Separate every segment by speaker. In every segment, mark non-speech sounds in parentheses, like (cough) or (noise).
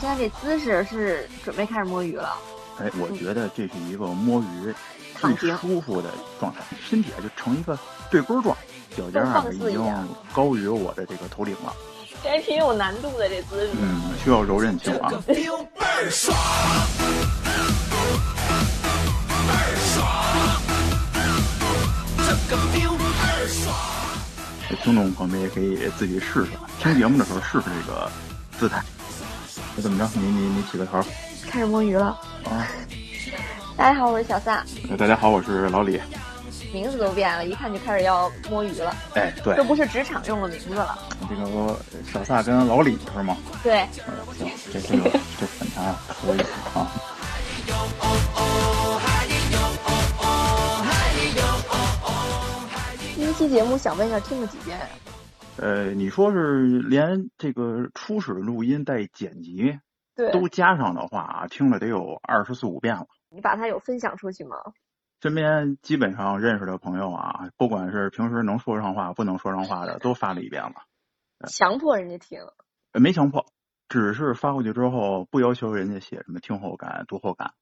Speaker 1: 看这姿势是准备开始摸鱼了。
Speaker 2: 哎，我觉得这是一个摸鱼最舒服的状态，身体啊就成一个对勾状，脚尖啊已经高于我的这个头顶了。
Speaker 3: 这 (laughs) 还挺有难度的这姿势。
Speaker 2: 嗯，需要柔韧性啊。哎听众朋友们也可以自己试试，啊听节目的时候试试这个姿态。那怎么着？你你你起个头。
Speaker 1: 开始摸鱼了。
Speaker 2: 啊！
Speaker 1: (laughs) 大家好，我是小撒，
Speaker 2: 呃大家好，我是老李。
Speaker 1: 名字都变了，一看就开始要摸鱼了。
Speaker 2: 哎，对，
Speaker 1: 这不是职场用的名字了。
Speaker 2: 这个我小撒跟老李是吗？
Speaker 1: 对，
Speaker 2: 哎呀，行，这这个这反差可以啊。
Speaker 1: 第一期节目想问一下，听了几遍呀？
Speaker 2: 呃，你说是连这个初始录音带剪辑
Speaker 1: 对，
Speaker 2: 都加上的话啊，听了得有二十四五遍了。
Speaker 1: 你把它有分享出去吗？
Speaker 2: 身边基本上认识的朋友啊，不管是平时能说上话、不能说上话的，都发了一遍了。嗯
Speaker 1: 强迫人家听，
Speaker 2: 呃没强迫，只是发过去之后不要求人家写什么听后感、读后感。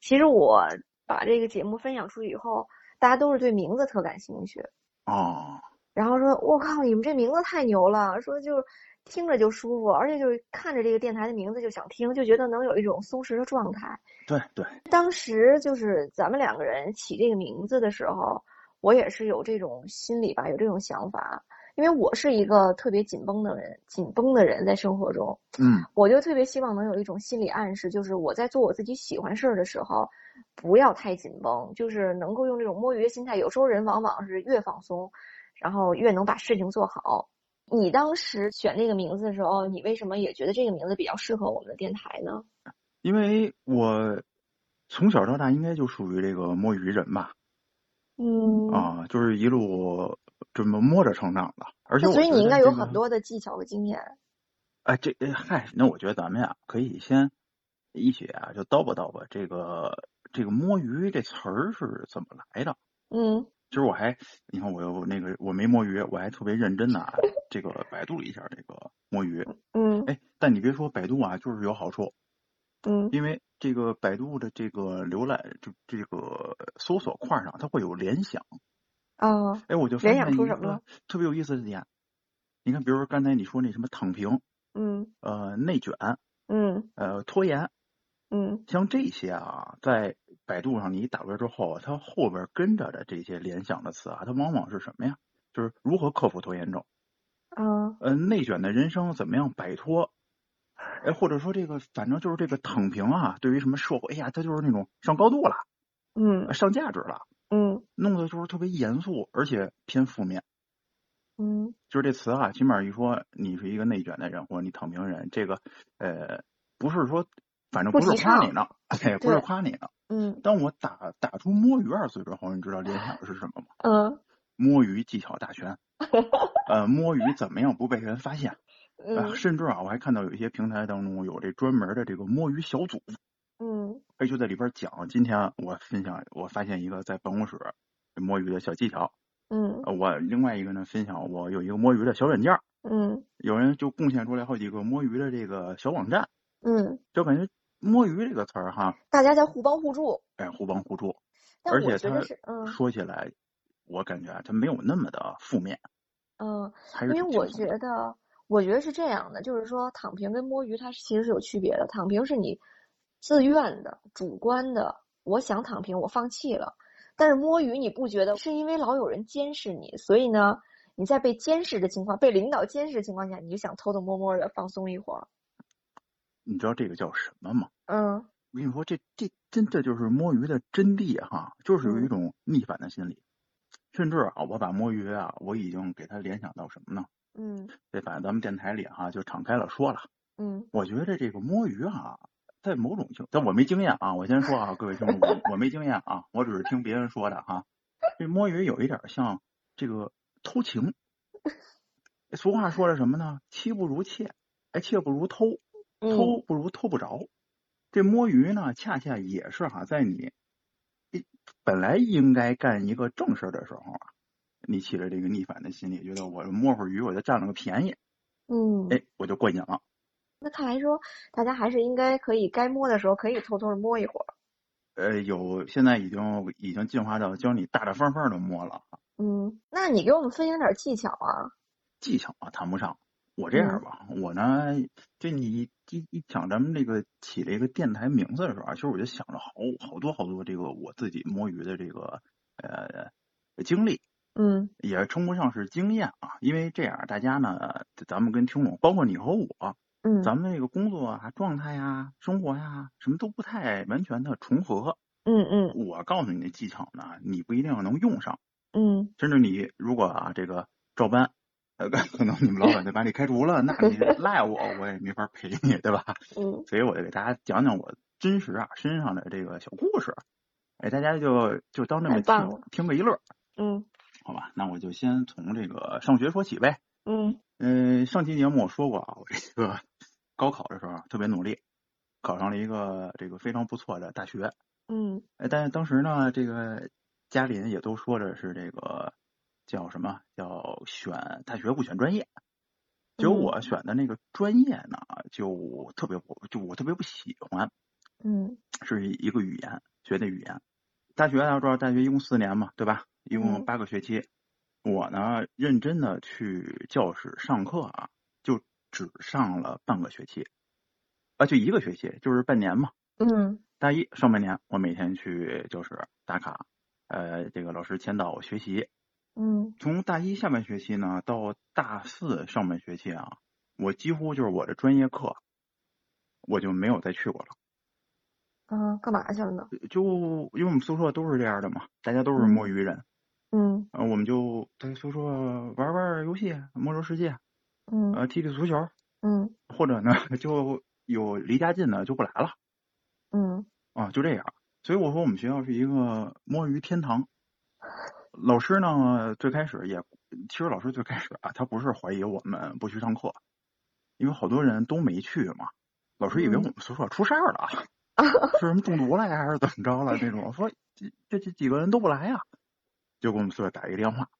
Speaker 1: 其实我把这个节目分享出去以后，大家都是对名字特感兴趣，
Speaker 2: 哦，
Speaker 1: 然后说：“我靠，你们这名字太牛了！”说就是听着就舒服，而且就是看着这个电台的名字就想听，就觉得能有一种松弛的状态。
Speaker 2: 对对，
Speaker 1: 当时就是咱们两个人起这个名字的时候，我也是有这种心理吧，有这种想法，因为我是一个特别紧绷的人，紧绷的人在生活中，
Speaker 2: 嗯，
Speaker 1: 我就特别希望能有一种心理暗示，就是我在做我自己喜欢事儿的时候，不要太紧绷，就是能够用这种摸鱼的心态。有时候人往往是越放松，然后越能把事情做好。你当时选这个名字的时候，你为什么也觉得这个名字比较适合我们的电台呢？
Speaker 2: 因为我从小到大应该就属于这个摸鱼人吧，
Speaker 1: 嗯，
Speaker 2: 啊，就是一路这么摸着成长的。而且
Speaker 1: 那
Speaker 2: 我
Speaker 1: 所以
Speaker 2: 觉
Speaker 1: 你应
Speaker 2: 得
Speaker 1: 该
Speaker 2: 这
Speaker 1: 有
Speaker 2: 个
Speaker 1: 很多的技巧和经验。
Speaker 2: 哎，这哎嗨，那我觉得咱们呀，可以先一起啊，就叨吧叨吧，这个这个“摸鱼”这词儿是怎么来的？
Speaker 1: 嗯，
Speaker 2: 其实我还，你看我又那个我没摸鱼，我还特别认真的啊，这个百度了一下这个摸鱼。
Speaker 1: 嗯
Speaker 2: 哎，但你别说百度啊，就是有好处，
Speaker 1: 嗯
Speaker 2: 因为这个百度的这个浏览，就这个搜索块上，它会有联想。
Speaker 1: 哦，
Speaker 2: 哎，我就发
Speaker 1: 联
Speaker 2: 现
Speaker 1: 想出
Speaker 2: 一
Speaker 1: 什么
Speaker 2: 个
Speaker 1: 了
Speaker 2: 特别有意思的点。你看，比如说刚才你说那什么躺平，
Speaker 1: 嗯
Speaker 2: 呃，内卷，
Speaker 1: 嗯
Speaker 2: 呃，拖延，
Speaker 1: 嗯，
Speaker 2: 像这些啊，在百度上你一打开之后，它后边跟着的这些联想的词啊，它往往是什么呀？就是如何克服拖延症，
Speaker 1: 啊
Speaker 2: 呃，内卷的人生怎么样摆脱？哎，或者说这个，反正就是这个躺平啊，对于什么社会，哎呀，它就是那种上高度了，
Speaker 1: 嗯
Speaker 2: 呃上价值了，
Speaker 1: 嗯
Speaker 2: 弄得就是特别严肃，而且偏负面。
Speaker 1: 嗯
Speaker 2: 就是这词啊，起码一说你是一个内卷的人或者你躺平人，这个呃，不是说，反正
Speaker 1: 不
Speaker 2: 不是
Speaker 1: 提
Speaker 2: 夸
Speaker 1: 倡
Speaker 2: 你呢， (laughs) 哎，不是夸你呢。
Speaker 1: 嗯
Speaker 2: 当我打打出“摸鱼”二字之后，你知道联想的是什么吗？啊
Speaker 1: 嗯
Speaker 2: 摸鱼技巧大
Speaker 1: (laughs)
Speaker 2: 全。呃，摸鱼怎么样不被人发现？呃，
Speaker 1: 嗯
Speaker 2: 甚至啊，我还看到有一些平台当中有这专门的这个摸鱼小组，
Speaker 1: 嗯
Speaker 2: 哎，就在里边讲。今天啊我分享，我发现一个在办公室摸鱼的小技巧。
Speaker 1: 嗯
Speaker 2: 呃我另外一个呢，分享我有一个摸鱼的小软件儿，
Speaker 1: 嗯
Speaker 2: 有人就贡献出来好几个摸鱼的这个小网站，
Speaker 1: 嗯，
Speaker 2: 就感觉“摸鱼”这个词儿哈，
Speaker 1: 大家在互帮互助，
Speaker 2: 哎，互帮互助。
Speaker 1: 但
Speaker 2: 而
Speaker 1: 我
Speaker 2: 且
Speaker 1: 觉
Speaker 2: 它
Speaker 1: 得是嗯
Speaker 2: 说起来，我感觉啊，它没有那么的负面，
Speaker 1: 嗯，
Speaker 2: 还是
Speaker 1: 因为
Speaker 2: 挺
Speaker 1: 我
Speaker 2: 轻松
Speaker 1: 觉
Speaker 2: 的
Speaker 1: 得我觉得是这样的，就是说躺平跟摸鱼它是其实是有区别的，躺平是你自愿的、主观的，我想躺平，我放弃了。但是摸鱼你不觉得是因为老有人监视你，所以呢，你在被监视的情况、被领导监视的情况下，你就想偷偷摸摸的放松一会儿。
Speaker 2: 你知道这个叫什么吗？
Speaker 1: 嗯
Speaker 2: 我跟你说，这这真的就是摸鱼的真谛哈，就是有一
Speaker 1: 嗯
Speaker 2: 种逆反的心理。甚至啊，我把摸鱼啊，我已经给它联想到什么呢？
Speaker 1: 嗯
Speaker 2: 这反正咱们电台里哈、就敞开了说了。
Speaker 1: 嗯
Speaker 2: 我觉得这个摸鱼啊，在某种情，但我没经验啊，我先说啊，各位听众，我我没经验啊，我只是听别人说的哈、这摸鱼有一点像这个偷情。俗话说的什么呢？妻不如妾，哎，妾不如偷，
Speaker 1: 嗯
Speaker 2: 偷不如偷不着。这摸鱼呢，恰恰也是哈、在你一本来应该干一个正事儿的时候啊，你起了这个逆反的心理，觉得我摸会儿鱼我就占了个便宜，
Speaker 1: 嗯
Speaker 2: 哎，我就过瘾了。
Speaker 1: 那看来说，大家还是应该可以该摸的时候可以偷偷的摸一会儿。
Speaker 2: 呃，有现在已经已经进化到教你大大方方的摸了，
Speaker 1: 嗯，那你给我们分享点技巧啊？
Speaker 2: 技巧啊谈不上。我这样吧，我呢，这你一一想咱们这个起这个电台名字的时候啊，其实我就想着好好多好多这个我自己摸鱼的这个呃经历，
Speaker 1: 嗯
Speaker 2: 也称不上是经验啊，因为这样大家呢，咱们跟听众，包括你和我，
Speaker 1: 嗯
Speaker 2: 咱们这个工作啊、状态呀、生活呀、什么都不太完全的重合。
Speaker 1: 嗯嗯
Speaker 2: 我告诉你的技巧呢，你不一定能用上，
Speaker 1: 嗯，
Speaker 2: 甚至你如果啊这个照搬，呃，可能你们老板就把你开除了，那你赖我，我也没法赔你，对吧？
Speaker 1: 嗯
Speaker 2: 所以我就给大家讲讲我真实啊身上的这个小故事，哎，大家就就当这么
Speaker 1: 太棒了
Speaker 2: 听听个一乐，
Speaker 1: 嗯
Speaker 2: 好吧？那我就先从这个上学说起呗。
Speaker 1: 嗯
Speaker 2: 嗯，上期节目我说过啊，我这个高考的时候啊特别努力，考上了一个这个非常不错的大学。
Speaker 1: 嗯
Speaker 2: 哎，但是当时呢，这个家里人也都说着是这个叫什么叫选大学不选专业，结果
Speaker 1: 嗯
Speaker 2: 我选的那个专业呢，就特别不就我特别不喜欢，
Speaker 1: 嗯
Speaker 2: 是一个语言学的语言。大学大家知道，大学一共四年嘛，对吧？一共
Speaker 1: 嗯
Speaker 2: 八个学期。我呢，认真的去教室上课啊，就只上了半个学期，啊，就一个学期，就是半年嘛。
Speaker 1: 嗯
Speaker 2: 大一上半年，我每天去教室打卡，呃，这个老师签到我学习。
Speaker 1: 嗯
Speaker 2: 从大一下半学期呢到大四上半学期啊，我几乎就是我的专业课，我就没有再去过了。
Speaker 1: 啊，干嘛去了呢？
Speaker 2: 就因为我们宿舍都是这样的嘛，大家都是摸鱼人，
Speaker 1: 嗯
Speaker 2: 呃，我们就在宿舍玩玩游戏，《魔兽世界》，
Speaker 1: 嗯
Speaker 2: 呃，踢踢足球，
Speaker 1: 嗯
Speaker 2: 或者呢 (laughs) 就有离家近的就不来了
Speaker 1: 嗯
Speaker 2: 啊，就这样。所以我说我们学校是一个摸鱼天堂。老师呢，最开始也，其实老师最开始啊，他不是怀疑我们不去上课，因为好多人都没去嘛。老师以为
Speaker 1: 嗯
Speaker 2: 我们宿舍出事儿了，是什么中毒了呀，还是怎么着了那种。说这这这几个人都不来啊呀，就给我们宿舍打一个电话。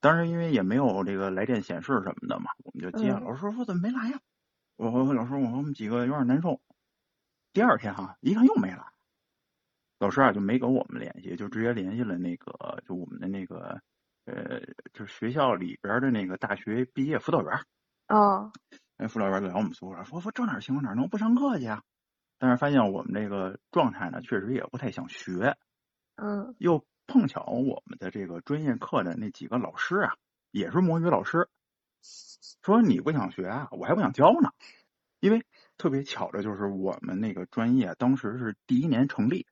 Speaker 2: 当时因为也没有这个来电显示什么的嘛，我们就接了。
Speaker 1: 嗯
Speaker 2: 老师说说怎么没来呀？我我老师我说我们几个有点难受。第二天哈、一看又没来，老师啊就没跟我们联系，就直接联系了那个就我们的那个呃，就是学校里边的那个大学毕业辅导员儿。
Speaker 1: 啊
Speaker 2: 那辅导员聊我们宿舍，说说这哪儿行哪儿能不上课去啊？但是发现我们这个状态呢，确实也不太想学，
Speaker 1: 嗯
Speaker 2: 又碰巧我们的这个专业课的那几个老师啊，也是魔语老师，说你不想学啊，我还不想教呢，因为特别巧的就是我们那个专业啊当时是第一年成立，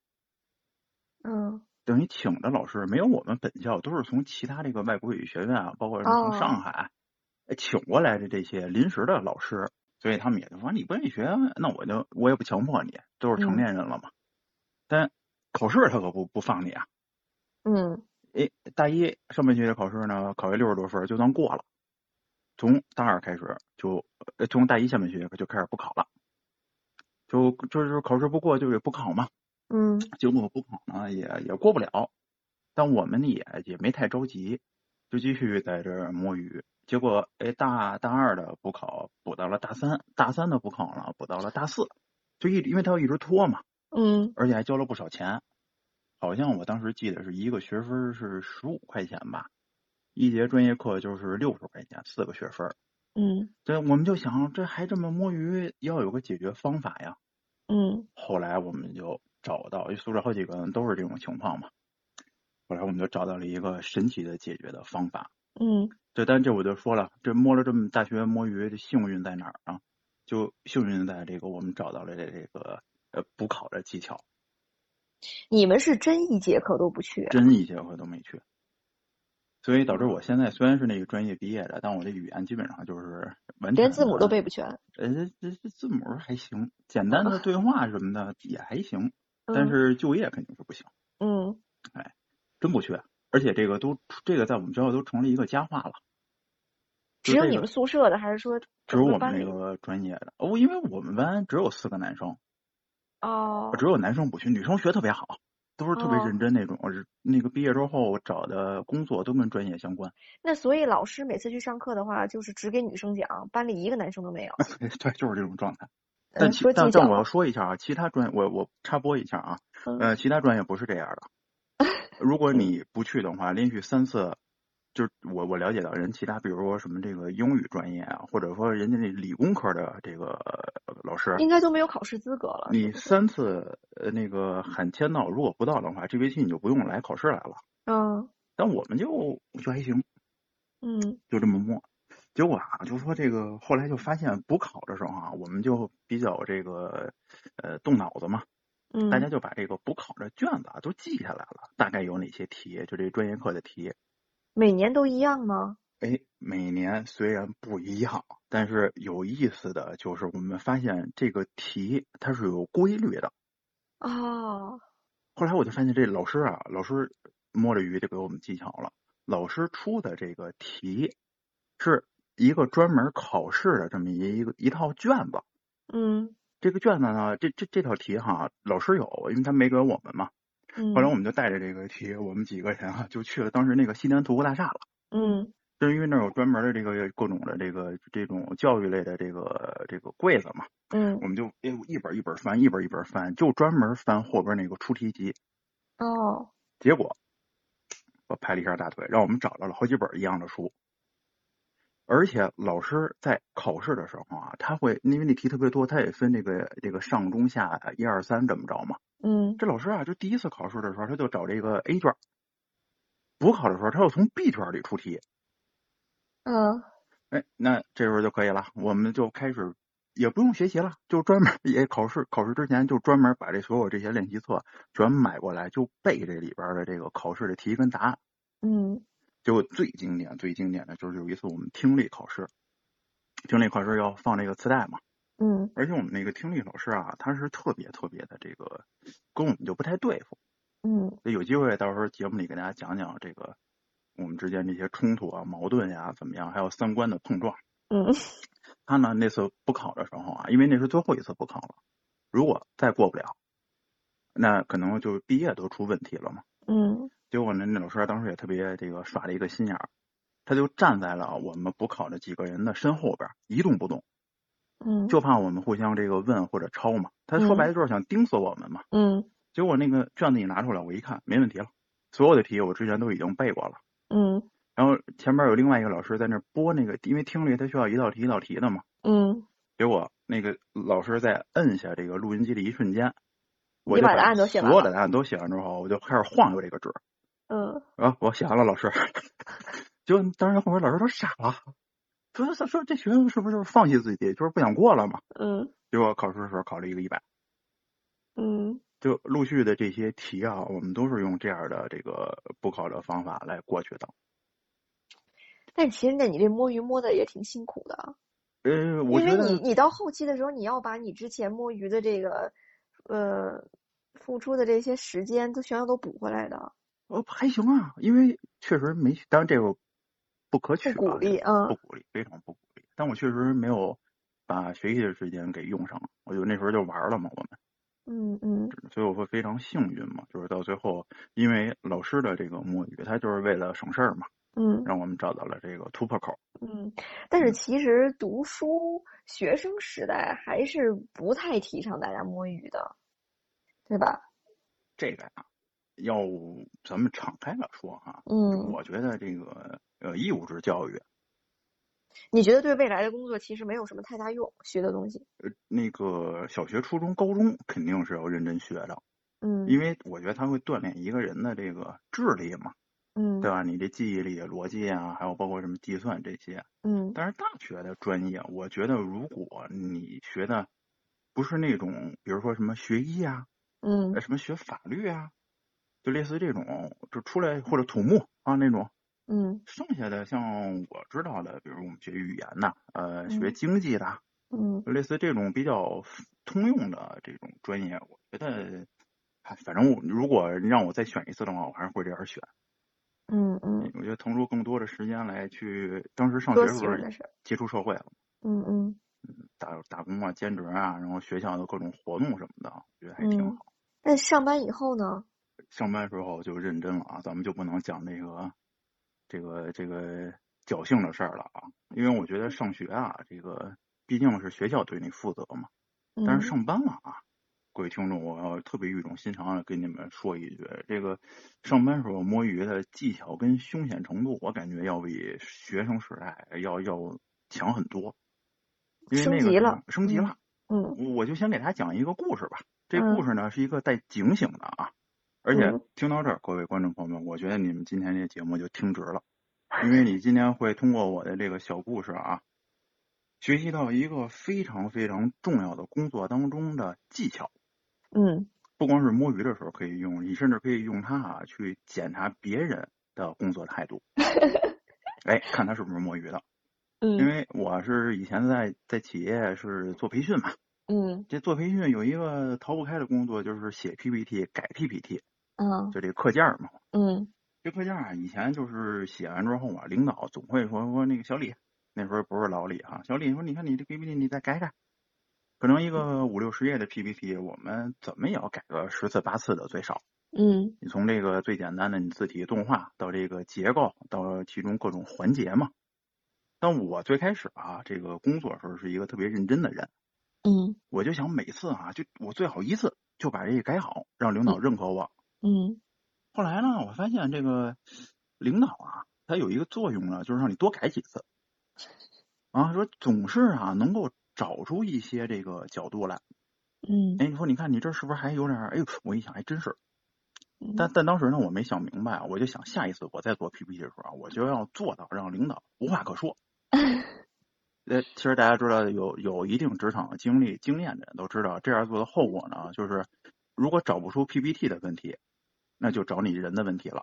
Speaker 1: 嗯
Speaker 2: 等于请的老师没有我们本校，都是从其他这个外国语学院啊，包括什么从
Speaker 1: 哦
Speaker 2: 上海、呃请过来的这些临时的老师，所以他们也就说你不愿意学，那我就我也不强迫你，都是成
Speaker 1: 嗯
Speaker 2: 年人了嘛。但考试他可不不放你啊！
Speaker 1: 嗯
Speaker 2: 诶，大一上半学期考试呢，考一六十多分儿就算过了。从大二开始就，呃，从大一下半学期就开始不考了，就就是考试不过就也不考嘛。
Speaker 1: 嗯
Speaker 2: 结果补考呢也也过不了，但我们呢也也没太着急，就继续在这儿摸鱼。结果哎，大大二的补考补到了大三，大三的补考呢补到了大四，就一直因为他要一直拖嘛，
Speaker 1: 嗯
Speaker 2: 而且还交了不少钱，好像我当时记得是一个学分儿是十五块钱吧，一节专业课就是六十块钱，四个学分儿。
Speaker 1: 嗯
Speaker 2: 对，我们就想这还这么摸鱼，要有个解决方法呀。
Speaker 1: 嗯
Speaker 2: 后来我们就找到，因为宿舍好几个人都是这种情况嘛。后来我们就找到了一个神奇的解决的方法。
Speaker 1: 嗯
Speaker 2: 对，但这我就说了，这摸了这么大学摸鱼，这幸运在哪儿啊？就幸运在这个我们找到了这这个呃补考的技巧，
Speaker 1: 你们是真一节课都不去啊？
Speaker 2: 真一节课都没去。所以导致我现在虽然是那个专业毕业的，但我的语言基本上就是完全
Speaker 1: 连字母都
Speaker 2: 的
Speaker 1: 背不全。
Speaker 2: 呃，这这这字母还行，简单的对话什么的也还行，但
Speaker 1: 嗯
Speaker 2: 是就业肯定是不行。
Speaker 1: 嗯
Speaker 2: 真不缺，而且这个都这个在我们学校都成了一个佳话了，就
Speaker 1: 只有
Speaker 2: 这
Speaker 1: 你
Speaker 2: 个
Speaker 1: 们宿舍的，还是说
Speaker 2: 只
Speaker 1: 整
Speaker 2: 有我
Speaker 1: 个班
Speaker 2: 们这
Speaker 1: 里？
Speaker 2: 个专业的哦，因为我们班只有四个男生，
Speaker 1: 哦
Speaker 2: 只有男生不去，女生学特别好，都是特别
Speaker 1: 哦
Speaker 2: 认真那种。是那个毕业之后找的工作都跟专业相关。 (laughs)
Speaker 1: 那所以老师每次去上课的话，就是只给女生讲，班里一个男生都没有。
Speaker 2: 对对，就是这种状态。
Speaker 1: 嗯，
Speaker 2: 但其
Speaker 1: 说技
Speaker 2: 但但
Speaker 1: 巧
Speaker 2: 我要
Speaker 1: 吧，
Speaker 2: 说一下啊，其他专我我插播一下啊，
Speaker 1: 嗯
Speaker 2: 呃，其他专业不是这样的。如果你不去的话，连续三次，就是我我了解到人其他，比如说什么这个英语专业啊，或者说人家那理工科的这个呃老师，
Speaker 1: 应该都没有考试资格了，是
Speaker 2: 你
Speaker 1: 不是？
Speaker 2: 三次呃那个喊签到，如果不到的话，这学期你就不用来考试来了。
Speaker 1: 嗯
Speaker 2: 但我们就我觉得还行，
Speaker 1: 嗯
Speaker 2: 就这么摸。结果啊，就说这个后来就发现补考的时候啊，我们就比较这个呃动脑子嘛，大家
Speaker 1: 嗯
Speaker 2: 就把这个补考的卷子啊都记下来了，大概有哪些题，就这专业课的题。
Speaker 1: 每年都一样吗？
Speaker 2: 哎，每年虽然不一样，但是有意思的就是我们发现这个题它是有规律的。
Speaker 1: 哦，
Speaker 2: 后来我就发现这老师啊，老师摸着鱼就给我们技巧了。老师出的这个题是一个专门考试的这么一个一套卷子。
Speaker 1: 嗯
Speaker 2: 这个卷子呢，这这这套题哈，老师有，因为他没给我们嘛。后来
Speaker 1: 嗯
Speaker 2: 我们就带着这个题，我们几个人啊，就去了当时那个西南图书大厦了。
Speaker 1: 嗯
Speaker 2: 就是因为那儿有专门的这个各种的这个这种教育类的这个这个柜子嘛，我
Speaker 1: 嗯，
Speaker 2: 们就哎呦一本一本翻，一本一本翻，就专门翻后边那个出题集。
Speaker 1: 哦，
Speaker 2: 结果我拍了一下大腿，让我们找到了好几本一样的书。而且老师在考试的时候啊，他会因为那题特别多，他也分这个这个上中下一二三怎么着嘛。
Speaker 1: 嗯
Speaker 2: 这老师啊，就第一次考试的时候，他就找这个 A 卷儿；补考的时候，他又从 B 卷儿里出题。
Speaker 1: 嗯
Speaker 2: 哎，那这时候就可以了，我们就开始也不用学习了，就专门 (laughs) 也考试考试之前就专门把这所有这些练习册全买过来，就背这里边儿的这个考试的题跟答案。
Speaker 1: 嗯
Speaker 2: 结果最经典、最经典的就是有一次我们听力考试，听力考试要放这个磁带嘛，
Speaker 1: 嗯
Speaker 2: 而且我们那个听力老师啊，他是特别特别的这个跟我们就不太对付。
Speaker 1: 嗯
Speaker 2: 有机会到时候节目里给大家讲讲这个我们之间这些冲突啊、矛盾呀、怎么样，还有三观的碰撞。
Speaker 1: 嗯，
Speaker 2: 他呢那次补考的时候啊，因为那是最后一次补考了，如果再过不了，那可能就毕业都出问题了嘛。
Speaker 1: 嗯
Speaker 2: 结果呢，那老师当时也特别这个耍了一个心眼儿，他就站在了我们补考的几个人的身后边儿一动不动，
Speaker 1: 嗯
Speaker 2: 就怕我们互相这个问或者抄嘛。他说白了就是想盯死我们嘛。
Speaker 1: 嗯
Speaker 2: 结果那个卷子一拿出来，我一看没问题了，所有的题我之前都已经背过了。
Speaker 1: 嗯
Speaker 2: 然后前边有另外一个老师在那儿播那个，因为听力他需要一道题一道题的嘛。
Speaker 1: 嗯，
Speaker 2: 结果那个老师在摁下这个录音机的一瞬间，我
Speaker 1: 你
Speaker 2: 就
Speaker 1: 把答
Speaker 2: 把
Speaker 1: 案都写
Speaker 2: 所
Speaker 1: 完
Speaker 2: 有
Speaker 1: 了
Speaker 2: 的答案都写完之后，我就开始晃悠这个纸儿
Speaker 1: 嗯
Speaker 2: 啊，我写完了，老师。 (laughs) 结果当时后边老师都傻了，说说说这学生是不是就是放弃自己，就是不想过了嘛？
Speaker 1: 嗯
Speaker 2: 结果考试的时候考了一个一百，
Speaker 1: 嗯
Speaker 2: 就陆续的这些题啊，我们都是用这样的这个补考的方法来过去的。
Speaker 1: 但其实那你这摸鱼摸的也挺辛苦的啊。
Speaker 2: 呃，我
Speaker 1: 因
Speaker 2: 觉
Speaker 1: 为你
Speaker 2: 得
Speaker 1: 你到后期的时候，你要把你之前摸鱼的这个，呃，付出的这些时间都全要都补回来的，
Speaker 2: 呃还行啊，因为确实没，当然这个不可取
Speaker 1: 不
Speaker 2: 啊，
Speaker 1: 鼓
Speaker 2: 这
Speaker 1: 励
Speaker 2: 个
Speaker 1: 啊。
Speaker 2: 不鼓励，非常不鼓励。但我确实没有把学习的时间给用上，我就那时候就玩了嘛，我们，
Speaker 1: 嗯嗯
Speaker 2: 所以我说非常幸运嘛，就是到最后，因为老师的这个摸鱼，他就是为了省事儿嘛，
Speaker 1: 嗯
Speaker 2: 让我们找到了这个突破口。
Speaker 1: 嗯。但是其实读书学生时代还是不太提倡大家摸鱼的，对吧？
Speaker 2: 这个呀、要咱们敞开了说哈、
Speaker 1: 嗯，
Speaker 2: 我觉得这个呃义务制教育，
Speaker 1: 你觉得对未来的工作其实没有什么太大用，学的东西。
Speaker 2: 呃，那个小学、初中、高中肯定是要认真学的，因
Speaker 1: 嗯
Speaker 2: 为我觉得它会锻炼一个人的这个智力嘛。对
Speaker 1: 嗯
Speaker 2: 吧？你这记忆力、逻辑啊，还有包括什么计算这些。
Speaker 1: 嗯
Speaker 2: 但是大学的专业，我觉得如果你学的不是那种，比如说什么学医啊，呃
Speaker 1: 嗯
Speaker 2: 什么学法律啊，就类似这种，就出来或者土木啊那种。
Speaker 1: 嗯
Speaker 2: 剩下的像我知道的，比如我们学语言的，呃，学
Speaker 1: 嗯
Speaker 2: 经济的，
Speaker 1: 嗯
Speaker 2: 类似这种比较通用的这种专业，我觉得，哎，反正我如果让我再选一次的话，我还是会这样选。
Speaker 1: 嗯嗯，
Speaker 2: 我觉得腾出更多的时间来去，当时上学
Speaker 1: 多
Speaker 2: 的时
Speaker 1: 喜
Speaker 2: 候
Speaker 1: 欢的事儿。
Speaker 2: 接触社会了，
Speaker 1: 嗯嗯。
Speaker 2: 打打工啊、兼职啊，然后学校的各种活动什么的，我觉得还挺
Speaker 1: 嗯，
Speaker 2: 好。
Speaker 1: 那上班以后呢？
Speaker 2: 上班时候就认真了啊，咱们就不能讲那个这个这个侥幸的事儿了啊，因为我觉得上学啊，这个毕竟是学校对你负责嘛，但
Speaker 1: 嗯
Speaker 2: 是上班了啊，各位听众，我要特别语重心长的跟你们说一句，这个上班时候摸鱼的技巧跟凶险程度，我感觉要比学生时代要要强很多，因为
Speaker 1: 升
Speaker 2: 那个
Speaker 1: 级
Speaker 2: 什
Speaker 1: 了
Speaker 2: 么升级
Speaker 1: 嗯
Speaker 2: 了。
Speaker 1: 嗯
Speaker 2: 我我就先给大家讲一个故事吧。这
Speaker 1: 嗯
Speaker 2: 故事呢是一个带警醒的啊，而且
Speaker 1: 嗯
Speaker 2: 听到这儿，各位观众朋友们，我觉得你们今天这节目就听值了，因为你今天会通过我的这个小故事啊，学习到一个非常非常重要的工作当中的技巧。
Speaker 1: 嗯
Speaker 2: 不光是摸鱼的时候可以用，你甚至可以用它啊去检查别人的工作态
Speaker 1: (laughs)
Speaker 2: 度，哎，看他是不是摸鱼的。因
Speaker 1: 嗯
Speaker 2: 为我是以前在在企业是做培训嘛，
Speaker 1: 嗯
Speaker 2: 这做培训有一个逃不开的工作，就是写 PPT 改 PPT，
Speaker 1: 嗯
Speaker 2: 就这课件儿嘛。
Speaker 1: 嗯
Speaker 2: 这课件儿啊，以前就是写完之后啊，领导总会说说那个小李，那时候不是老李哈、小李说你看你这 PPT 你再改改，可能一个五六十页的 PPT，我们怎么也要改个十次八次的最少。
Speaker 1: 嗯
Speaker 2: 你从这个最简单的你字体动画到这个结构，到其中各种环节嘛。但我最开始啊，这个工作时候是一个特别认真的人。
Speaker 1: 嗯
Speaker 2: 我就想每次啊，就我最好一次就把这个改好，让领导认可我。
Speaker 1: 嗯
Speaker 2: 后来呢，我发现这个领导啊，他有一个作用呢，就是让你多改几次。啊，说总是啊，能够找出一些这个角度来。
Speaker 1: 嗯
Speaker 2: 哎，你说你看你这是不是还有点儿？哎呦，我一想还真是。但
Speaker 1: 嗯
Speaker 2: 但当时呢，我没想明白啊，我就想下一次我再做 PPT 的时候啊，我就要做到让领导无话可说。呃，其实大家知道有有一定职场经历经验的人都知道，这样做的后果呢，就是如果找不出 PPT 的问题，那就找你人的问题了。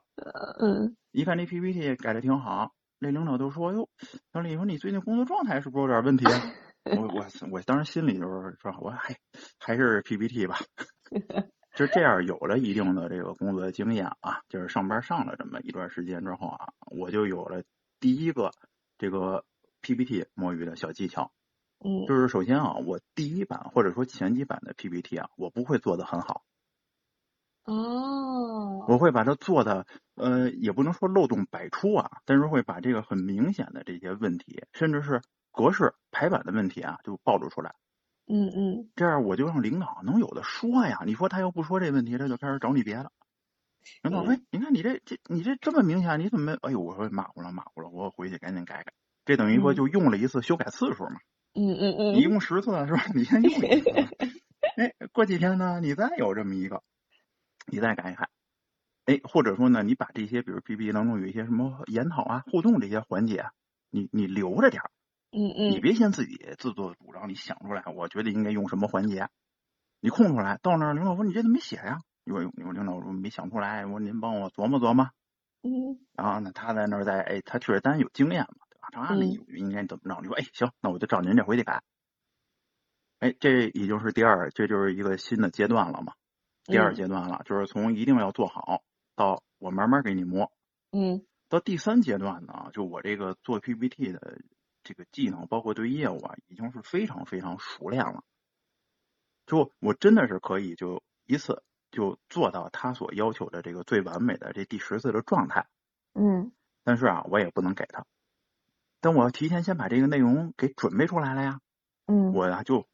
Speaker 1: 嗯
Speaker 2: 一看这 PPT 改的挺好，那领导都说：“哟，小李说你最近工作状态是不是有点问题啊？”我我我当时心里就是说，我还还是 PPT 吧。就这样，有了一定的这个工作经验啊，就是上班上了这么一段时间之后啊，我就有了第一个这个 PPT 摸鱼的小技巧。
Speaker 1: 嗯
Speaker 2: 就是首先啊，我第一版或者说前几版的 PPT 啊，我不会做的很好，
Speaker 1: 哦
Speaker 2: 我会把它做的呃，也不能说漏洞百出啊，但是会把这个很明显的这些问题，甚至是格式排版的问题啊，就暴露出来。
Speaker 1: 嗯嗯
Speaker 2: 这样我就让领导能有的说呀。你说他要不说这问题，他就开始找你别的。领导说：“你看你这这你这这么明显，你怎么？”哎呦，我说马虎了，马虎了，我回去赶紧改改。这等于说
Speaker 1: 嗯
Speaker 2: 就用了一次修改次数嘛。
Speaker 1: 嗯嗯
Speaker 2: 你一
Speaker 1: 嗯
Speaker 2: 共十次是吧？你先用一次，哎，过几天呢，你再有这么一个，你再改一改，哎，或者说呢，你把这些比如 PPT 当中有一些什么研讨啊、互动这些环节啊，你你留着点儿，
Speaker 1: 嗯
Speaker 2: 你
Speaker 1: 嗯
Speaker 2: 别先自己自作主张，你想出来，我觉得应该用什么环节，啊你空出来，到那儿领导说你这怎么没写呀、我我领导说没想出来，我说您帮我琢磨琢磨。
Speaker 1: 嗯
Speaker 2: 然后呢，他在那儿在，哎，他确实当然有经验嘛，对吧？他
Speaker 1: 嗯
Speaker 2: 你应该怎么着？你说，哎，行，那我就照您这回去改。哎，这已经是第二，这就是一个新的阶段了嘛。第二
Speaker 1: 嗯
Speaker 2: 阶段了，就是从一定要做好到我慢慢给你磨，
Speaker 1: 嗯
Speaker 2: 到第三阶段呢，就我这个做 PPT 的这个技能，包括对业务啊，已经是非常非常熟练了。就我真的是可以就一次就做到他所要求的这个最完美的这第十次的状态。
Speaker 1: 嗯
Speaker 2: 但是啊，我也不能给他。但我要提前先把这个内容给准备出来了呀，
Speaker 1: 嗯
Speaker 2: 我啊就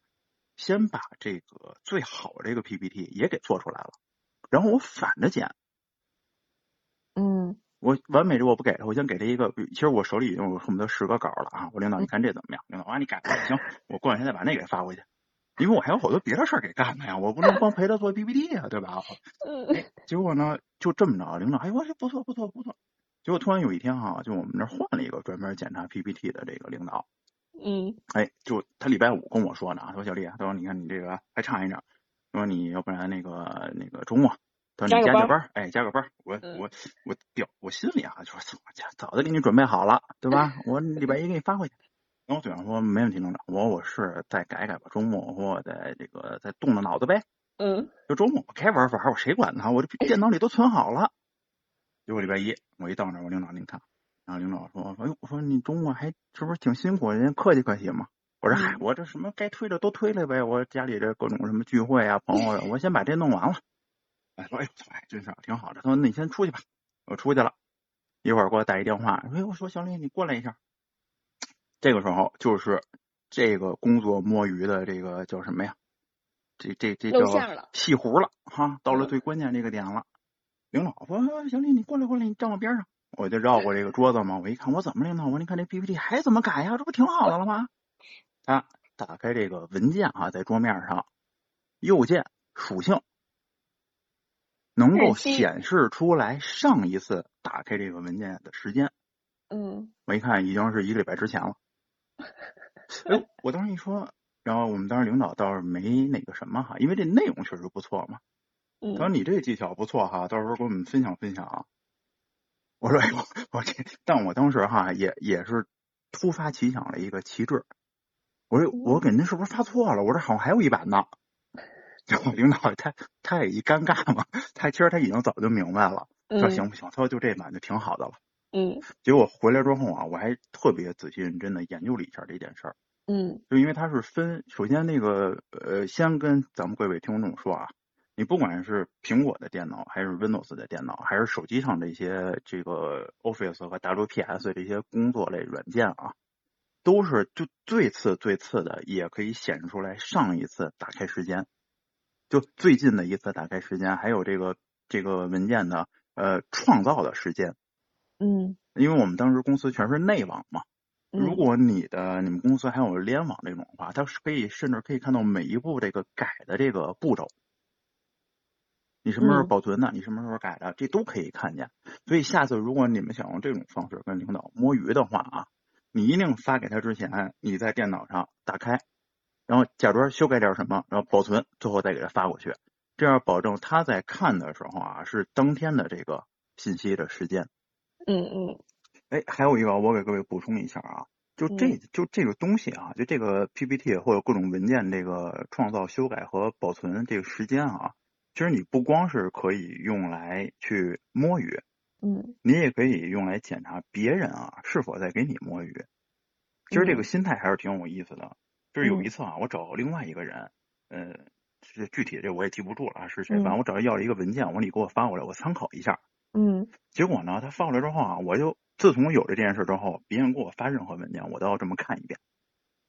Speaker 2: 先把这个最好这个 PPT 也给做出来了，然后我反着剪，
Speaker 1: 嗯
Speaker 2: 我完美的我不给他，我先给他一个，其实我手里已经有恨不得十个稿了啊，我领导你看这怎么样？领导啊你改吧，行，我过两天再把那个给发过去，因为我还有好多别的事儿给干的呀，我不能光陪他做 PPT 呀、对吧？
Speaker 1: 嗯
Speaker 2: 结果呢，就这么着，领导，哎，我说不错不错不错。结果突然有一天哈、就我们那儿换了一个专门检查 PPT 的这个领导，
Speaker 1: 嗯
Speaker 2: 哎，就他礼拜五跟我说呢，他说小李啊，他说你看你这个还差一点儿，他说你要不然那个那个周末，他说你
Speaker 3: 加
Speaker 2: 加
Speaker 3: 个班
Speaker 2: 个班儿，哎，加个班儿，我
Speaker 3: 嗯
Speaker 2: 我我表我心里啊就说，我家早就给你准备好了，对吧？我礼拜一给你发回去。然后我嘴上说没问题，领导，我我是再改改吧，周末我说我再这个再动动脑子呗。
Speaker 3: 嗯
Speaker 2: 就周末我该玩玩，我谁管他？我
Speaker 3: 哎
Speaker 2: 这电脑里都存好了。结果礼拜一我一到那儿，我领导您看，然后领导说：“哎呦，我说你周末还是不是挺辛苦？人家客气客气嘛。”我说：“嗨
Speaker 1: 嗯，
Speaker 2: 我这什啊么该推的都推了呗，我家里这各种什么聚会啊、朋友呀，我先把这弄完了。”哎，说哎呦，哎，真是挺好的。他说那你先出去吧，我出去了，一会儿给我打一电话。哎，我说小李，你过来一下。这个时候就是这个工作摸鱼的这个叫什么呀？这这这
Speaker 3: 露
Speaker 2: 叫
Speaker 3: 馅儿了
Speaker 2: 戏胡了哈，到了
Speaker 3: 嗯
Speaker 2: 最关键这个点了。领导说哎小李，你过来过来，你站我边上。我就绕过这个桌子嘛，我一看，我怎么领导？我说你看这 PPT 还怎么改呀？这不挺好的了吗？他打开这个文件啊，在桌面上，右键属性能够
Speaker 3: 日期
Speaker 2: 显示出来上一次打开这个文件的时间。
Speaker 1: 嗯，
Speaker 2: 我一看，已经是一个礼拜之前了。哎呦，我当时一说，然后我们当时领导倒是没那个什么哈，因为这内容确实不错嘛。
Speaker 3: 嗯
Speaker 2: 他说你这技巧不错哈，到时候给我们分享分享啊。我说哎呦，我这，但我当时哈也也是突发奇想了一个旗帜，我说我给您是不是发错了？我这好像还有一版呢。然后领导他他也一尴尬嘛，他其实他已经早就明白了，说
Speaker 3: 嗯
Speaker 2: 行不行？他说就这版就挺好的了。
Speaker 3: 嗯
Speaker 2: 结果回来之后啊，我还特别仔细认真的研究了一下这件事儿。
Speaker 3: 嗯
Speaker 2: 就因为它是分，首先那个呃，先跟咱们各位听众说啊，你不管是苹果的电脑，还是 Windows 的电脑，还是手机上这些这个 Office 和 WPS 这些工作类软件啊，都是就最次最次的，也可以显示出来上一次打开时间，就最近的一次打开时间，还有这个这个文件的呃创造的时间，
Speaker 1: 嗯
Speaker 2: 因为我们当时公司全是内网嘛。
Speaker 1: 嗯
Speaker 2: 如果你的你们公司还有联网这种的话，它是可以甚至可以看到每一步这个改的这个步骤，你什么时候
Speaker 1: 嗯
Speaker 2: 保存的，你什么时候改的，这都可以看见。所以下次如果你们想用这种方式跟领导摸鱼的话啊，你一定发给他之前，你在电脑上打开，然后假装修改点什么，然后保存，最后再给他发过去，这样保证他在看的时候啊是当天的这个信息的时间。
Speaker 3: 嗯嗯
Speaker 2: 哎，还有一个，我给各位补充一下啊，就这、
Speaker 1: 嗯
Speaker 2: 就这个东西啊，就这个 PPT 或者各种文件这个创造、修改和保存这个时间啊，其实你不光是可以用来去摸鱼，
Speaker 1: 嗯
Speaker 2: 你也可以用来检查别人啊是否在给你摸鱼。其实这个
Speaker 1: 嗯
Speaker 2: 心态还是挺有意思的。就是有
Speaker 1: 嗯
Speaker 2: 一次啊，我找另外一个人，呃，这具体这我也记不住了啊是谁，
Speaker 1: 嗯
Speaker 2: 反正我找他要了一个文件，我说你给我发过来，我参考一下。
Speaker 1: 嗯
Speaker 2: 结果呢，他发过来之后啊，我就自从有了这件事之后，别人给我发任何文件，我都要这么看一遍。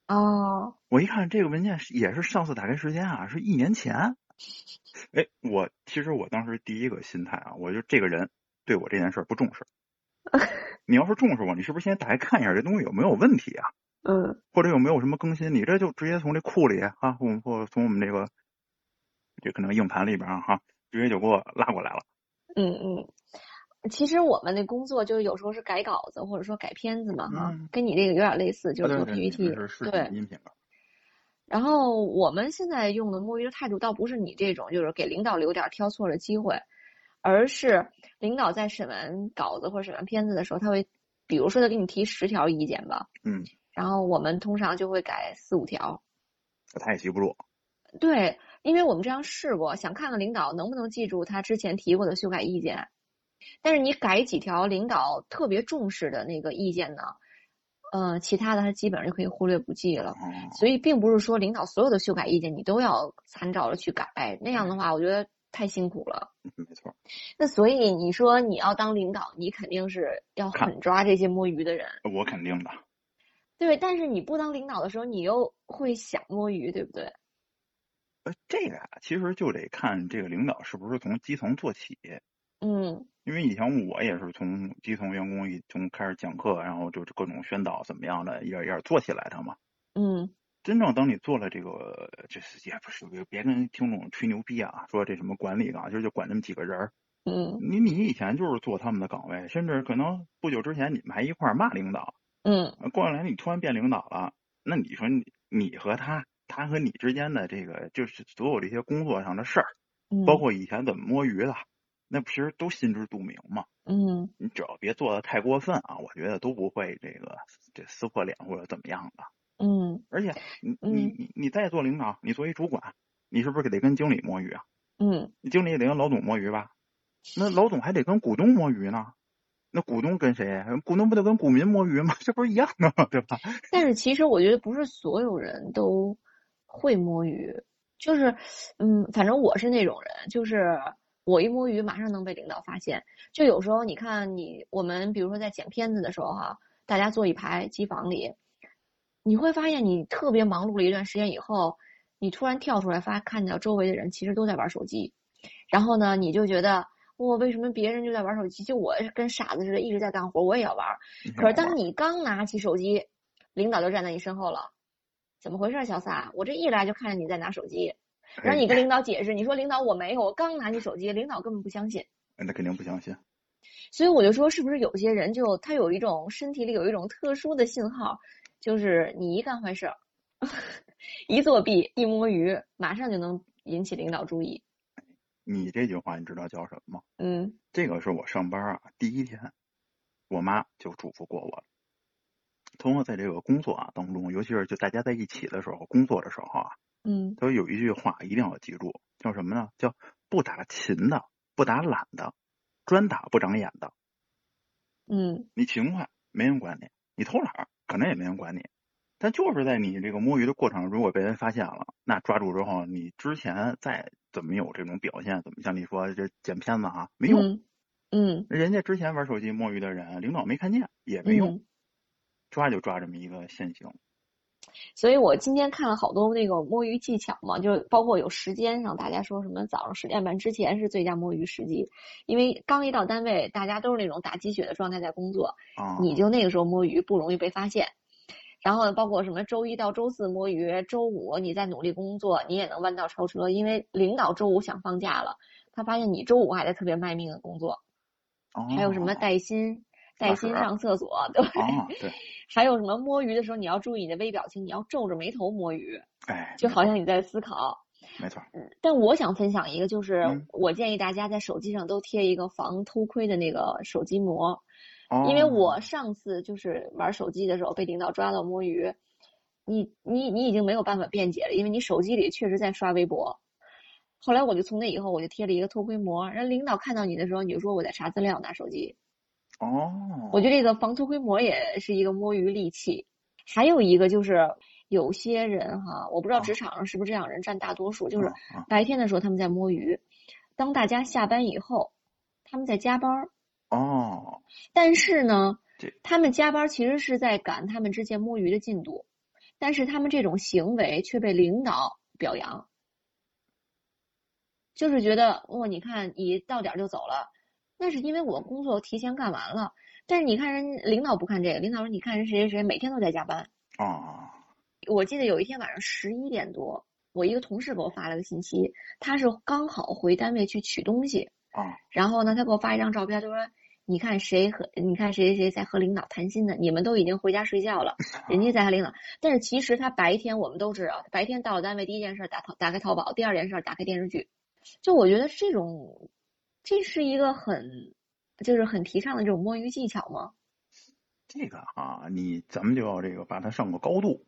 Speaker 1: 哦，
Speaker 2: 我一看这个文件是也是上次打开时间啊，是一年前。哎，我其实我当时第一个心态啊，我就这个人对我这件事儿不重
Speaker 1: (laughs)
Speaker 2: 视。你要是重视我，你是不是先打开看一下这东西有没有问题啊？
Speaker 1: 嗯
Speaker 2: 或者有没有什么更新，你这就直接从这库里啊，我们或从我们这个这可能硬盘里边儿哈、啊直接就给我拉过来了。
Speaker 1: 嗯嗯，其实我们那工作就是有时候是改稿子或者说改片子嘛哈
Speaker 2: 嗯，
Speaker 1: 跟你这个有点类似，就是
Speaker 2: 啊
Speaker 1: 做
Speaker 2: 对对对
Speaker 1: PPT，
Speaker 2: 你们是视
Speaker 1: 对
Speaker 2: 频。音频吧？
Speaker 1: 然后我们现在用的摸鱼的态度，倒不是你这种，就是给领导留点儿挑错了机会，而是领导在审完稿子或者审完片子的时候，他会，比如说他给你提十条意见吧，
Speaker 2: 嗯，
Speaker 1: 然后我们通常就会改四五条。
Speaker 2: 他也记不住。
Speaker 1: 对，因为我们这样试过，想看看领导能不能记住他之前提过的修改意见。但是你改几条领导特别重视的那个意见呢，呃，其他的他基本上就可以忽略不计了。
Speaker 2: 哦
Speaker 1: 所以并不是说领导所有的修改意见你都要参照着去改，那
Speaker 2: 嗯
Speaker 1: 样的话我觉得太辛苦了。
Speaker 2: 没错，
Speaker 1: 那所以你说你要当领导，你肯定是要
Speaker 2: 看
Speaker 1: 狠抓这些摸鱼的人，
Speaker 2: 我肯定的。
Speaker 1: 对。但是你不当领导的时候，你又会想摸鱼，对不对？
Speaker 2: 呃，这个啊，其实就得看这个领导是不是从基层做起。
Speaker 1: 嗯
Speaker 2: 因为以前我也是从基层员工一从开始讲课，然后就各种宣导怎么样的，一点一点做起来的嘛。
Speaker 1: 嗯
Speaker 2: 真正当你做了这个，就是也不是别别跟听众吹牛逼啊，说这什么管理啊，就是就管那么几个人儿。
Speaker 1: 嗯
Speaker 2: 你你以前就是做他们的岗位，甚至可能不久之前你们还一块儿骂领导，
Speaker 1: 嗯
Speaker 2: 呃过来你突然变领导了，那你说你你和他，他和你之间的这个就是所有这些工作上的事儿，
Speaker 1: 嗯，
Speaker 2: 包括以前怎么摸鱼的，那不其实都心知肚明嘛。
Speaker 1: 嗯
Speaker 2: 你只要别做的太过分啊，我觉得都不会这个这撕破脸或者怎么样的。
Speaker 1: 嗯
Speaker 2: 而且你你
Speaker 1: 嗯
Speaker 2: 你你再做领导，你作为主管，你是不是得跟经理摸鱼啊？
Speaker 1: 嗯
Speaker 2: 你经理也得跟老总摸鱼吧？那老总还得跟股东摸鱼呢？那股东跟谁？股东不得跟股民摸鱼吗？ (laughs) 这不是一样的吗？对吧？
Speaker 1: 但是其实我觉得不是所有人都会摸鱼，就是，嗯，反正我是那种人，就是我一摸鱼马上能被领导发现。就有时候你看你我们比如说在剪片子的时候哈、大家坐一排机房里，你会发现你特别忙碌了一段时间以后，你突然跳出来发看到周围的人其实都在玩手机，然后呢你就觉得我、为什么别人就在玩手机，就我跟傻子似的一直在干活，我也要玩。可是
Speaker 2: 嗯
Speaker 1: 当你刚拿起手机，领导就站在你身后了，怎么回事儿，小撒？我这一来就看见你在拿手机，
Speaker 2: 哎
Speaker 1: 然后你跟领导解释，你说领导我没有，我刚拿你手机，领导根本不相信。
Speaker 2: 哎那肯定不相信。
Speaker 1: 所以我就说，是不是有些人就他有一种身体里有一种特殊的信号，就是你一干坏事儿， (laughs) 一作弊，一摸鱼，马上就能引起领导注意。
Speaker 2: 你这句话你知道叫什么吗？
Speaker 1: 嗯，
Speaker 2: 这个是我上班啊第一天，我妈就嘱咐过我了。通过在这个工作啊当中，尤其是就大家在一起的时候，工作的时候啊，
Speaker 1: 嗯，
Speaker 2: 他说有一句话一定要记住，叫什么呢？叫不打勤的，不打懒的，专打不长眼的。
Speaker 1: 嗯，
Speaker 2: 你勤快没人管你，你偷懒儿可能也没人管你，但就是在你这个摸鱼的过程，如果被人发现了，那抓住之后，你之前再怎么有这种表现，怎么像你说这剪片子啊没用，
Speaker 1: 嗯，嗯，
Speaker 2: 人家之前玩手机摸鱼的人，领导没看见也没用，
Speaker 1: 嗯。
Speaker 2: 抓就抓这么一个现行。
Speaker 1: 所以我今天看了好多那个摸鱼技巧嘛，就是包括有时间上，大家说什么早上十点半之前是最佳摸鱼时机，因为刚一到单位，大家都是那种打鸡血的状态在工作，
Speaker 2: 啊，
Speaker 1: 你就那个时候摸鱼不容易被发现。然后包括什么周一到周四摸鱼，周五你在努力工作，你也能弯道超车，因为领导周五想放假了，他发现你周五还在特别卖命的工作。
Speaker 2: 哦
Speaker 1: 还有什么
Speaker 2: 带
Speaker 1: 带薪、带
Speaker 2: 那
Speaker 1: 薪
Speaker 2: 是
Speaker 1: 上厕所， (laughs) 对，
Speaker 2: 啊？对，
Speaker 1: 还有什么摸鱼的时候你要注意你的微表情，你要皱着眉头摸鱼，
Speaker 2: 哎，
Speaker 1: 就
Speaker 2: 没
Speaker 1: 好
Speaker 2: 错
Speaker 1: 像你在思考。嗯
Speaker 2: 没错，
Speaker 1: 但我想分享一个，就是
Speaker 2: 嗯
Speaker 1: 我建议大家在手机上都贴一个防偷窥的那个手机膜，
Speaker 2: 哦
Speaker 1: 因为我上次就是玩手机的时候被领导抓到摸鱼，你你你已经没有办法辩解了，因为你手机里确实在刷微博。后来我就从那以后我就贴了一个偷窥膜，让领导看到你的时候，你就说我在查资料拿手机。
Speaker 2: 哦，
Speaker 1: 我觉得这个防偷窥膜也是一个摸鱼利器。还有一个就是有些人哈，我不知道
Speaker 2: 啊
Speaker 1: 职场上是不是这样人占大多数，就是
Speaker 2: 啊啊
Speaker 1: 白天的时候他们在摸鱼，当大家下班以后，他们在加班儿。
Speaker 2: 哦，
Speaker 1: 但是呢
Speaker 2: 这，
Speaker 1: 他们加班其实是在赶他们之前摸鱼的进度，但是他们这种行为却被领导表扬，就是觉得哇、你看你到点儿就走了，那是因为我工作提前干完了。但是你看人领导不看这个，领导说你看人谁谁谁每天都在加班。
Speaker 2: 啊，
Speaker 1: 我记得有一天晚上十一点多，我一个同事给我发了个信息，他是刚好回单位去取东西，
Speaker 2: 啊，
Speaker 1: 然后呢，他给我发一张照片，就说：“你看谁和你看谁谁谁在和领导谈心呢？你们都已经回家睡 (laughs) 觉了，人家在和领导。”但是其实他白天我们都知道，白天到了单位第一件事打淘打开淘宝，第二件事打开电视剧。就我觉得这种，这是一个很就是很提倡的这种摸鱼技巧嘛。
Speaker 2: 这个啊，你咱们就要这个把它上个
Speaker 1: (laughs)
Speaker 2: 高度。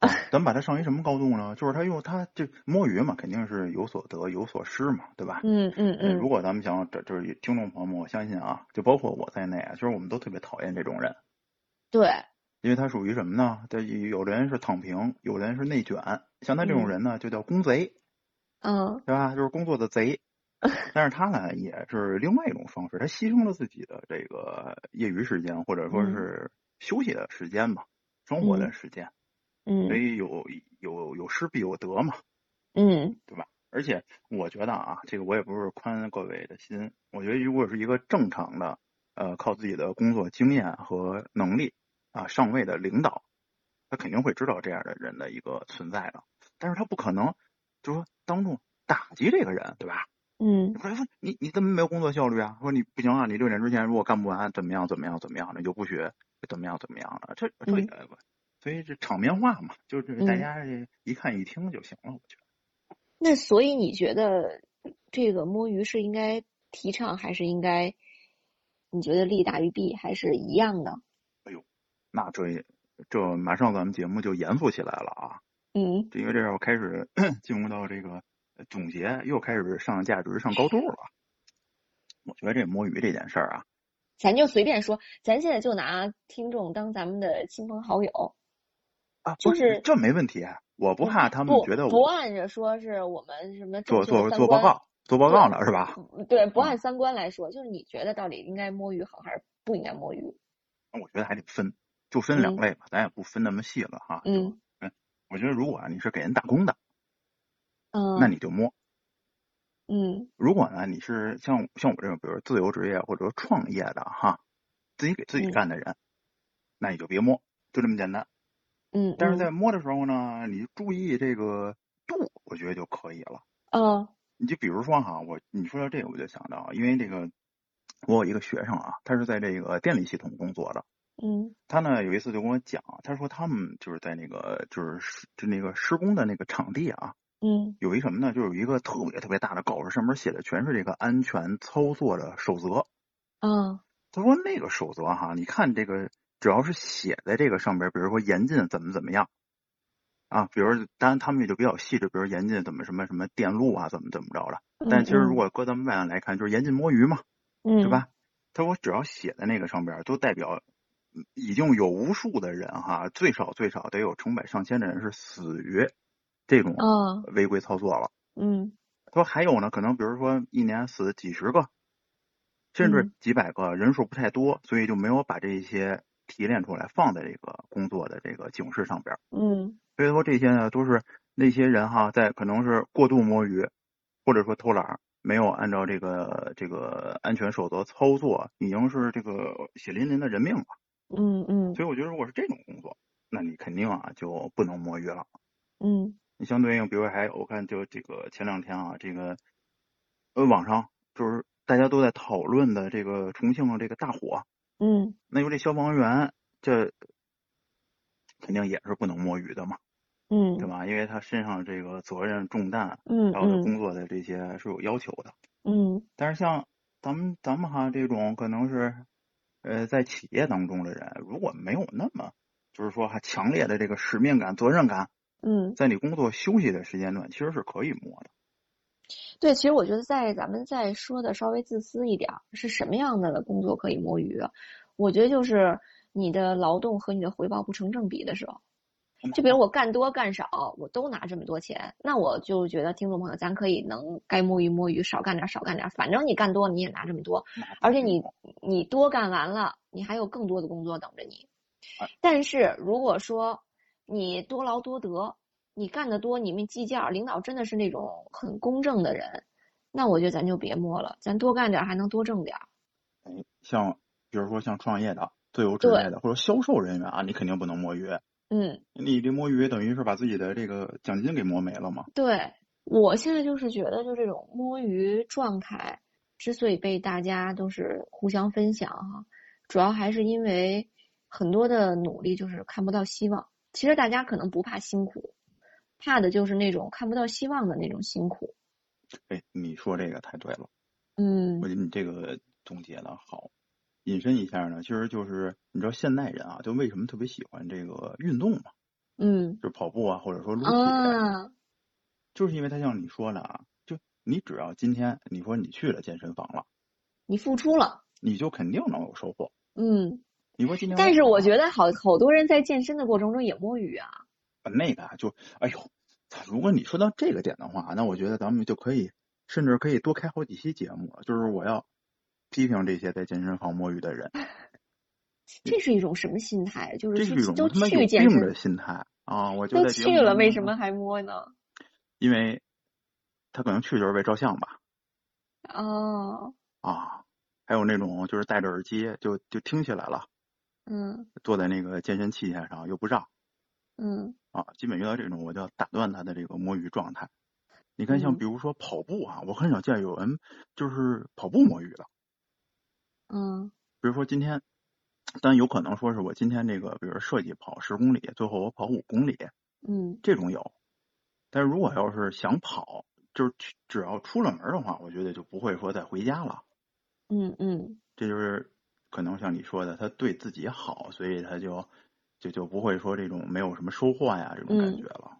Speaker 2: 啊咱们把它上一什么高度呢？就是他用他这摸鱼嘛，肯定是有所得有所失嘛，对吧？
Speaker 1: 嗯嗯
Speaker 2: 呃
Speaker 1: 嗯
Speaker 2: 如果咱们想要这就是听众朋友们，我相信啊，就包括我在内啊，就是我们都特别讨厌这种人，
Speaker 1: 对，
Speaker 2: 因为他属于什么呢？他有的人是躺平，有的人是内卷，像他这种
Speaker 1: 嗯
Speaker 2: 人呢，就叫工贼，
Speaker 1: 嗯
Speaker 2: 对吧？就是工作
Speaker 1: (laughs)
Speaker 2: 的贼。但是他呢，也是另外一种方式，他牺牲了自己的这个业余时间，或者说
Speaker 1: 嗯
Speaker 2: 是休息的时间吧，生活的
Speaker 1: 嗯
Speaker 2: 时间。所
Speaker 1: 嗯
Speaker 2: 以有有有失必有得嘛。
Speaker 1: 嗯
Speaker 2: 而且我觉得啊，这个我也不是宽各位的心，我觉得如果是一个正常的，呃，靠自己的工作经验和能力啊上位的领导，他肯定会知道这样的人的一个存在的，但是他不可能就说当众打击这个人，对吧？
Speaker 1: 嗯
Speaker 2: 不是说哎你你怎么没有工作效率啊？说你不行啊，你六点之前如果干不完，怎么样怎么样怎么样的，就不学，怎么样怎么样的，这这
Speaker 1: 嗯
Speaker 2: 也不，所以这场面话嘛，就是大
Speaker 1: 嗯
Speaker 2: 家这一看一听就行了，我觉得。
Speaker 1: 那所以你觉得这个摸鱼是应该提倡，还是应该你觉得利大于弊，还是一样的？
Speaker 2: 那这这马上咱们节目就严肃起来了啊，
Speaker 1: 嗯
Speaker 2: 这因为这要开始 (clears throat) 进入到这个呃总结，又开始上价值、上高度了。我觉得这摸鱼这件事儿啊，
Speaker 1: 咱就随便说，咱现在就拿听众当咱们的亲朋好友，
Speaker 2: 啊，
Speaker 1: 就
Speaker 2: 不
Speaker 1: 是
Speaker 2: 这没问题，我不怕他们
Speaker 1: 不
Speaker 2: 觉得
Speaker 1: 不
Speaker 2: 我
Speaker 1: 按着说是我们什么正
Speaker 2: 做
Speaker 1: 确的
Speaker 2: 做
Speaker 1: 三
Speaker 2: 做报
Speaker 1: 观，嗯
Speaker 2: 告，做报告呢嗯是吧？
Speaker 1: 对，不按三观来说，就是你觉得到底应该摸鱼好还是不应该摸鱼？
Speaker 2: 那我觉得还得分，就分两
Speaker 1: 嗯
Speaker 2: 类吧，咱也不分那么细了哈。
Speaker 1: 嗯
Speaker 2: 我觉得如果啊你是给人打工的，
Speaker 1: 嗯，
Speaker 2: 那你就摸；
Speaker 1: 嗯
Speaker 2: 如果呢你是像像我这种，比如自由职业或者说创业的哈，自己给自己
Speaker 1: 嗯
Speaker 2: 干的人，那你就别摸，就这么简单。
Speaker 1: 嗯，
Speaker 2: 但是
Speaker 1: 嗯
Speaker 2: 在摸的时候呢，你注意这个度，我觉得就可以了。
Speaker 1: 嗯
Speaker 2: 你就比如说哈，我你说到这个，我就想到，因为这个我有一个学生啊，他是在这个电力系统工作的，
Speaker 1: 嗯
Speaker 2: 他呢有一次就跟我讲，他说他们就是在那个就是施就那个施工的那个场地啊，
Speaker 1: 嗯
Speaker 2: 有一什么呢？就有一个特别特别大的告示，上面写的全是这个安全操作的守则。
Speaker 1: 嗯
Speaker 2: 他说那个守则哈，你看这个只要是写在这个上边，比如说严禁怎么怎么样啊，比如当然他们也就比较细致，比如严禁怎么什么什么电路啊，怎么怎么着的。
Speaker 1: 嗯，嗯
Speaker 2: 但其实如果搁咱们外人来看，就是严禁摸鱼嘛，
Speaker 1: 对
Speaker 2: 对？吧？他说只要写在那个上边，都代表嗯已经有无数的人哈，最少最少得有成百上千的人是死于这种
Speaker 1: 嗯
Speaker 2: 违规操作了。
Speaker 1: 嗯
Speaker 2: 他说还有呢，可能比如说一年死几十个，甚至
Speaker 1: 嗯
Speaker 2: 几百个，人数不太多，所以就没有把这些提炼出来放在这个工作的这个警示上边儿。
Speaker 1: 嗯
Speaker 2: 所以说这些呢，都是那些人哈，在可能是过度摸鱼，或者说偷懒儿，没有按照这个这个安全守则操作，已经是这个血淋淋的人命了。
Speaker 1: 嗯嗯
Speaker 2: 所以我觉得，如果是这种工作，那你肯定啊就不能摸鱼了。
Speaker 1: 嗯
Speaker 2: 你相对应，比如还我看就这个前两天啊，这个呃网上就是大家都在讨论的这个重庆的这个大火，
Speaker 1: 嗯
Speaker 2: 那有这消防员这肯定也是不能摸鱼的嘛，
Speaker 1: 嗯，
Speaker 2: 对吧？因为他身上这个责任重担，
Speaker 1: 嗯
Speaker 2: 还有他工作的这些是有要求的。
Speaker 1: 嗯
Speaker 2: 但是像咱们咱们哈这种可能是呃在企业当中的人，如果没有那么就是说还强烈的这个使命感、责任感，
Speaker 1: 嗯，
Speaker 2: 在你工作休息的时间段，其实是可以摸的。
Speaker 1: 对，其实我觉得在咱们再说的稍微自私一点儿，是什么样的工作可以摸鱼啊？我觉得就是你的劳动和你的回报不成正比的时候。就比如我干多干少，我都拿这么多钱，那我就觉得听众朋友，咱可以能该摸鱼摸鱼，少干点少干点，反正你干多了你也拿这么多，而
Speaker 2: 嗯
Speaker 1: 且你你多干完了，你还有更多的工作等着你
Speaker 2: 哎。
Speaker 1: 但是如果说你多劳多得，你干得多，你们计较，领导真的是那种很公正的人，那我觉得咱就别摸了，咱多干点儿还能多挣点儿。
Speaker 2: 哎，像比如说像创业的、自由职业的或者销售人员啊，你肯定不能摸鱼。
Speaker 1: 嗯，
Speaker 2: 你这摸鱼等于是把自己的这个奖金给摸没了嘛？
Speaker 1: 对，我现在就是觉得，就这种摸鱼状态之所以被大家都是互相分享哈、主要还是因为很多的努力就是看不到希望。其实大家可能不怕辛苦，怕的就是那种看不到希望的那种辛苦。
Speaker 2: 哎，你说这个太对了，
Speaker 1: 嗯
Speaker 2: 我觉得你这个总结的好。引申一下呢，其实就是你知道现代人啊，就为什么特别喜欢这个运动嘛，
Speaker 1: 嗯
Speaker 2: 就是跑步啊，或者说撸铁，
Speaker 1: 啊
Speaker 2: 就是因为它像你说的啊，就你只要今天你说你去了健身房了，
Speaker 1: 你付出了，
Speaker 2: 你就肯定能有收获。
Speaker 1: 嗯，
Speaker 2: 你说今天，
Speaker 1: 但是我
Speaker 2: 得。
Speaker 1: 觉得好好多人在健身的过程中也摸鱼啊。
Speaker 2: 啊，那个啊，就哎呦，操如果你说到这个点的话，那我觉得咱们就可以，甚至可以多开好几期节目了。就是我要批评这些在健身房摸鱼的人，
Speaker 1: 这是一种什么心态？就
Speaker 2: 嗯
Speaker 1: 是
Speaker 2: 这是
Speaker 1: 哎去
Speaker 2: 一种
Speaker 1: 都
Speaker 2: 他妈
Speaker 1: 去
Speaker 2: 有
Speaker 1: 健
Speaker 2: 病的
Speaker 1: 身，
Speaker 2: 心态啊！我就
Speaker 1: 都
Speaker 2: 在节目
Speaker 1: 去了，
Speaker 2: 当
Speaker 1: 为
Speaker 2: 中
Speaker 1: 什
Speaker 2: 啊
Speaker 1: 么？还摸呢？
Speaker 2: 因为他可能去就是为照相吧，
Speaker 1: 哦，
Speaker 2: 啊，还有那种就是戴着耳机就就听起来了，
Speaker 1: 嗯
Speaker 2: 坐在那个健身器械上又不让
Speaker 1: 嗯
Speaker 2: 啊，基本遇到这种我就要打断他的这个摸鱼状态。你看，像
Speaker 1: 嗯
Speaker 2: 比如说跑步啊，我很少见有人就是跑步摸鱼的。
Speaker 1: 嗯
Speaker 2: 比如说今天，但有可能说是我今天这个，比如设计跑十公里，最后我跑五公里，
Speaker 1: 嗯
Speaker 2: 这种有。但是如果要是想跑，就是去只要出了门儿的话，我觉得就不会说再回家了。
Speaker 1: 嗯嗯
Speaker 2: 这就是可能像你说的，他对自己好，所以他就就就不会说这种没有什么收获呀这种感
Speaker 1: 嗯
Speaker 2: 觉了。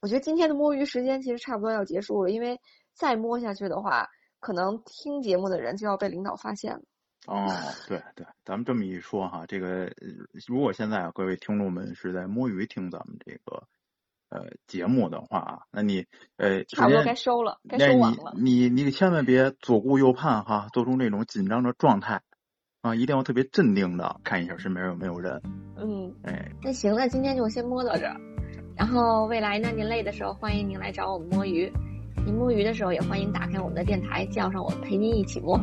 Speaker 1: 我觉得今天的摸鱼时间其实差不多要结束了，因为再摸下去的话，可能听节目的人就要被领导发现了。
Speaker 2: 哦，对对，咱们这么一说哈，这个呃如果现在啊各位听众们是在摸鱼听咱们这个呃节目的话啊，那你呃，首
Speaker 1: 差不多
Speaker 2: 先
Speaker 1: 该收了，该
Speaker 2: 那
Speaker 1: 收网
Speaker 2: 你
Speaker 1: 了。
Speaker 2: 你你千万别左顾右盼哈，做出那种紧张的状态啊，一定要特别镇定的看一下身边有没有人。
Speaker 1: 嗯，
Speaker 2: 哎，
Speaker 1: 那行，那今天就先摸到这儿。然后未来呢，您累的时候，欢迎您来找我们摸鱼。您摸鱼的时候，也欢迎打开我们的电台，叫上我陪您一起摸。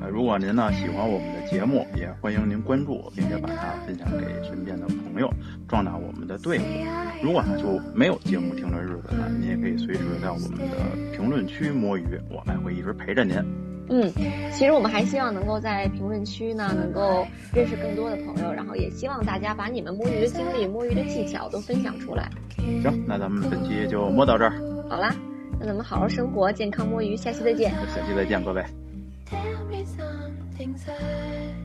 Speaker 2: 呃如果您呢喜欢我们的节目，也欢迎您关注，并且把它分享给身边的朋友，壮大我们的队伍。如果呢就没有节目听的日子呢，您也可以随时在我们的评论区摸鱼，我们会一直陪着您。
Speaker 1: 嗯，其实我们还希望能够在评论区呢，能够认识更多的朋友，然后也希望大家把你们摸鱼的经历、摸鱼的技巧都分享出来。
Speaker 2: 行，那咱们本期就摸到这儿，
Speaker 1: 好啦，那咱们好好生活，健康摸鱼，下期再见。
Speaker 2: 下期再见，各位。
Speaker 4: Tell me something sad.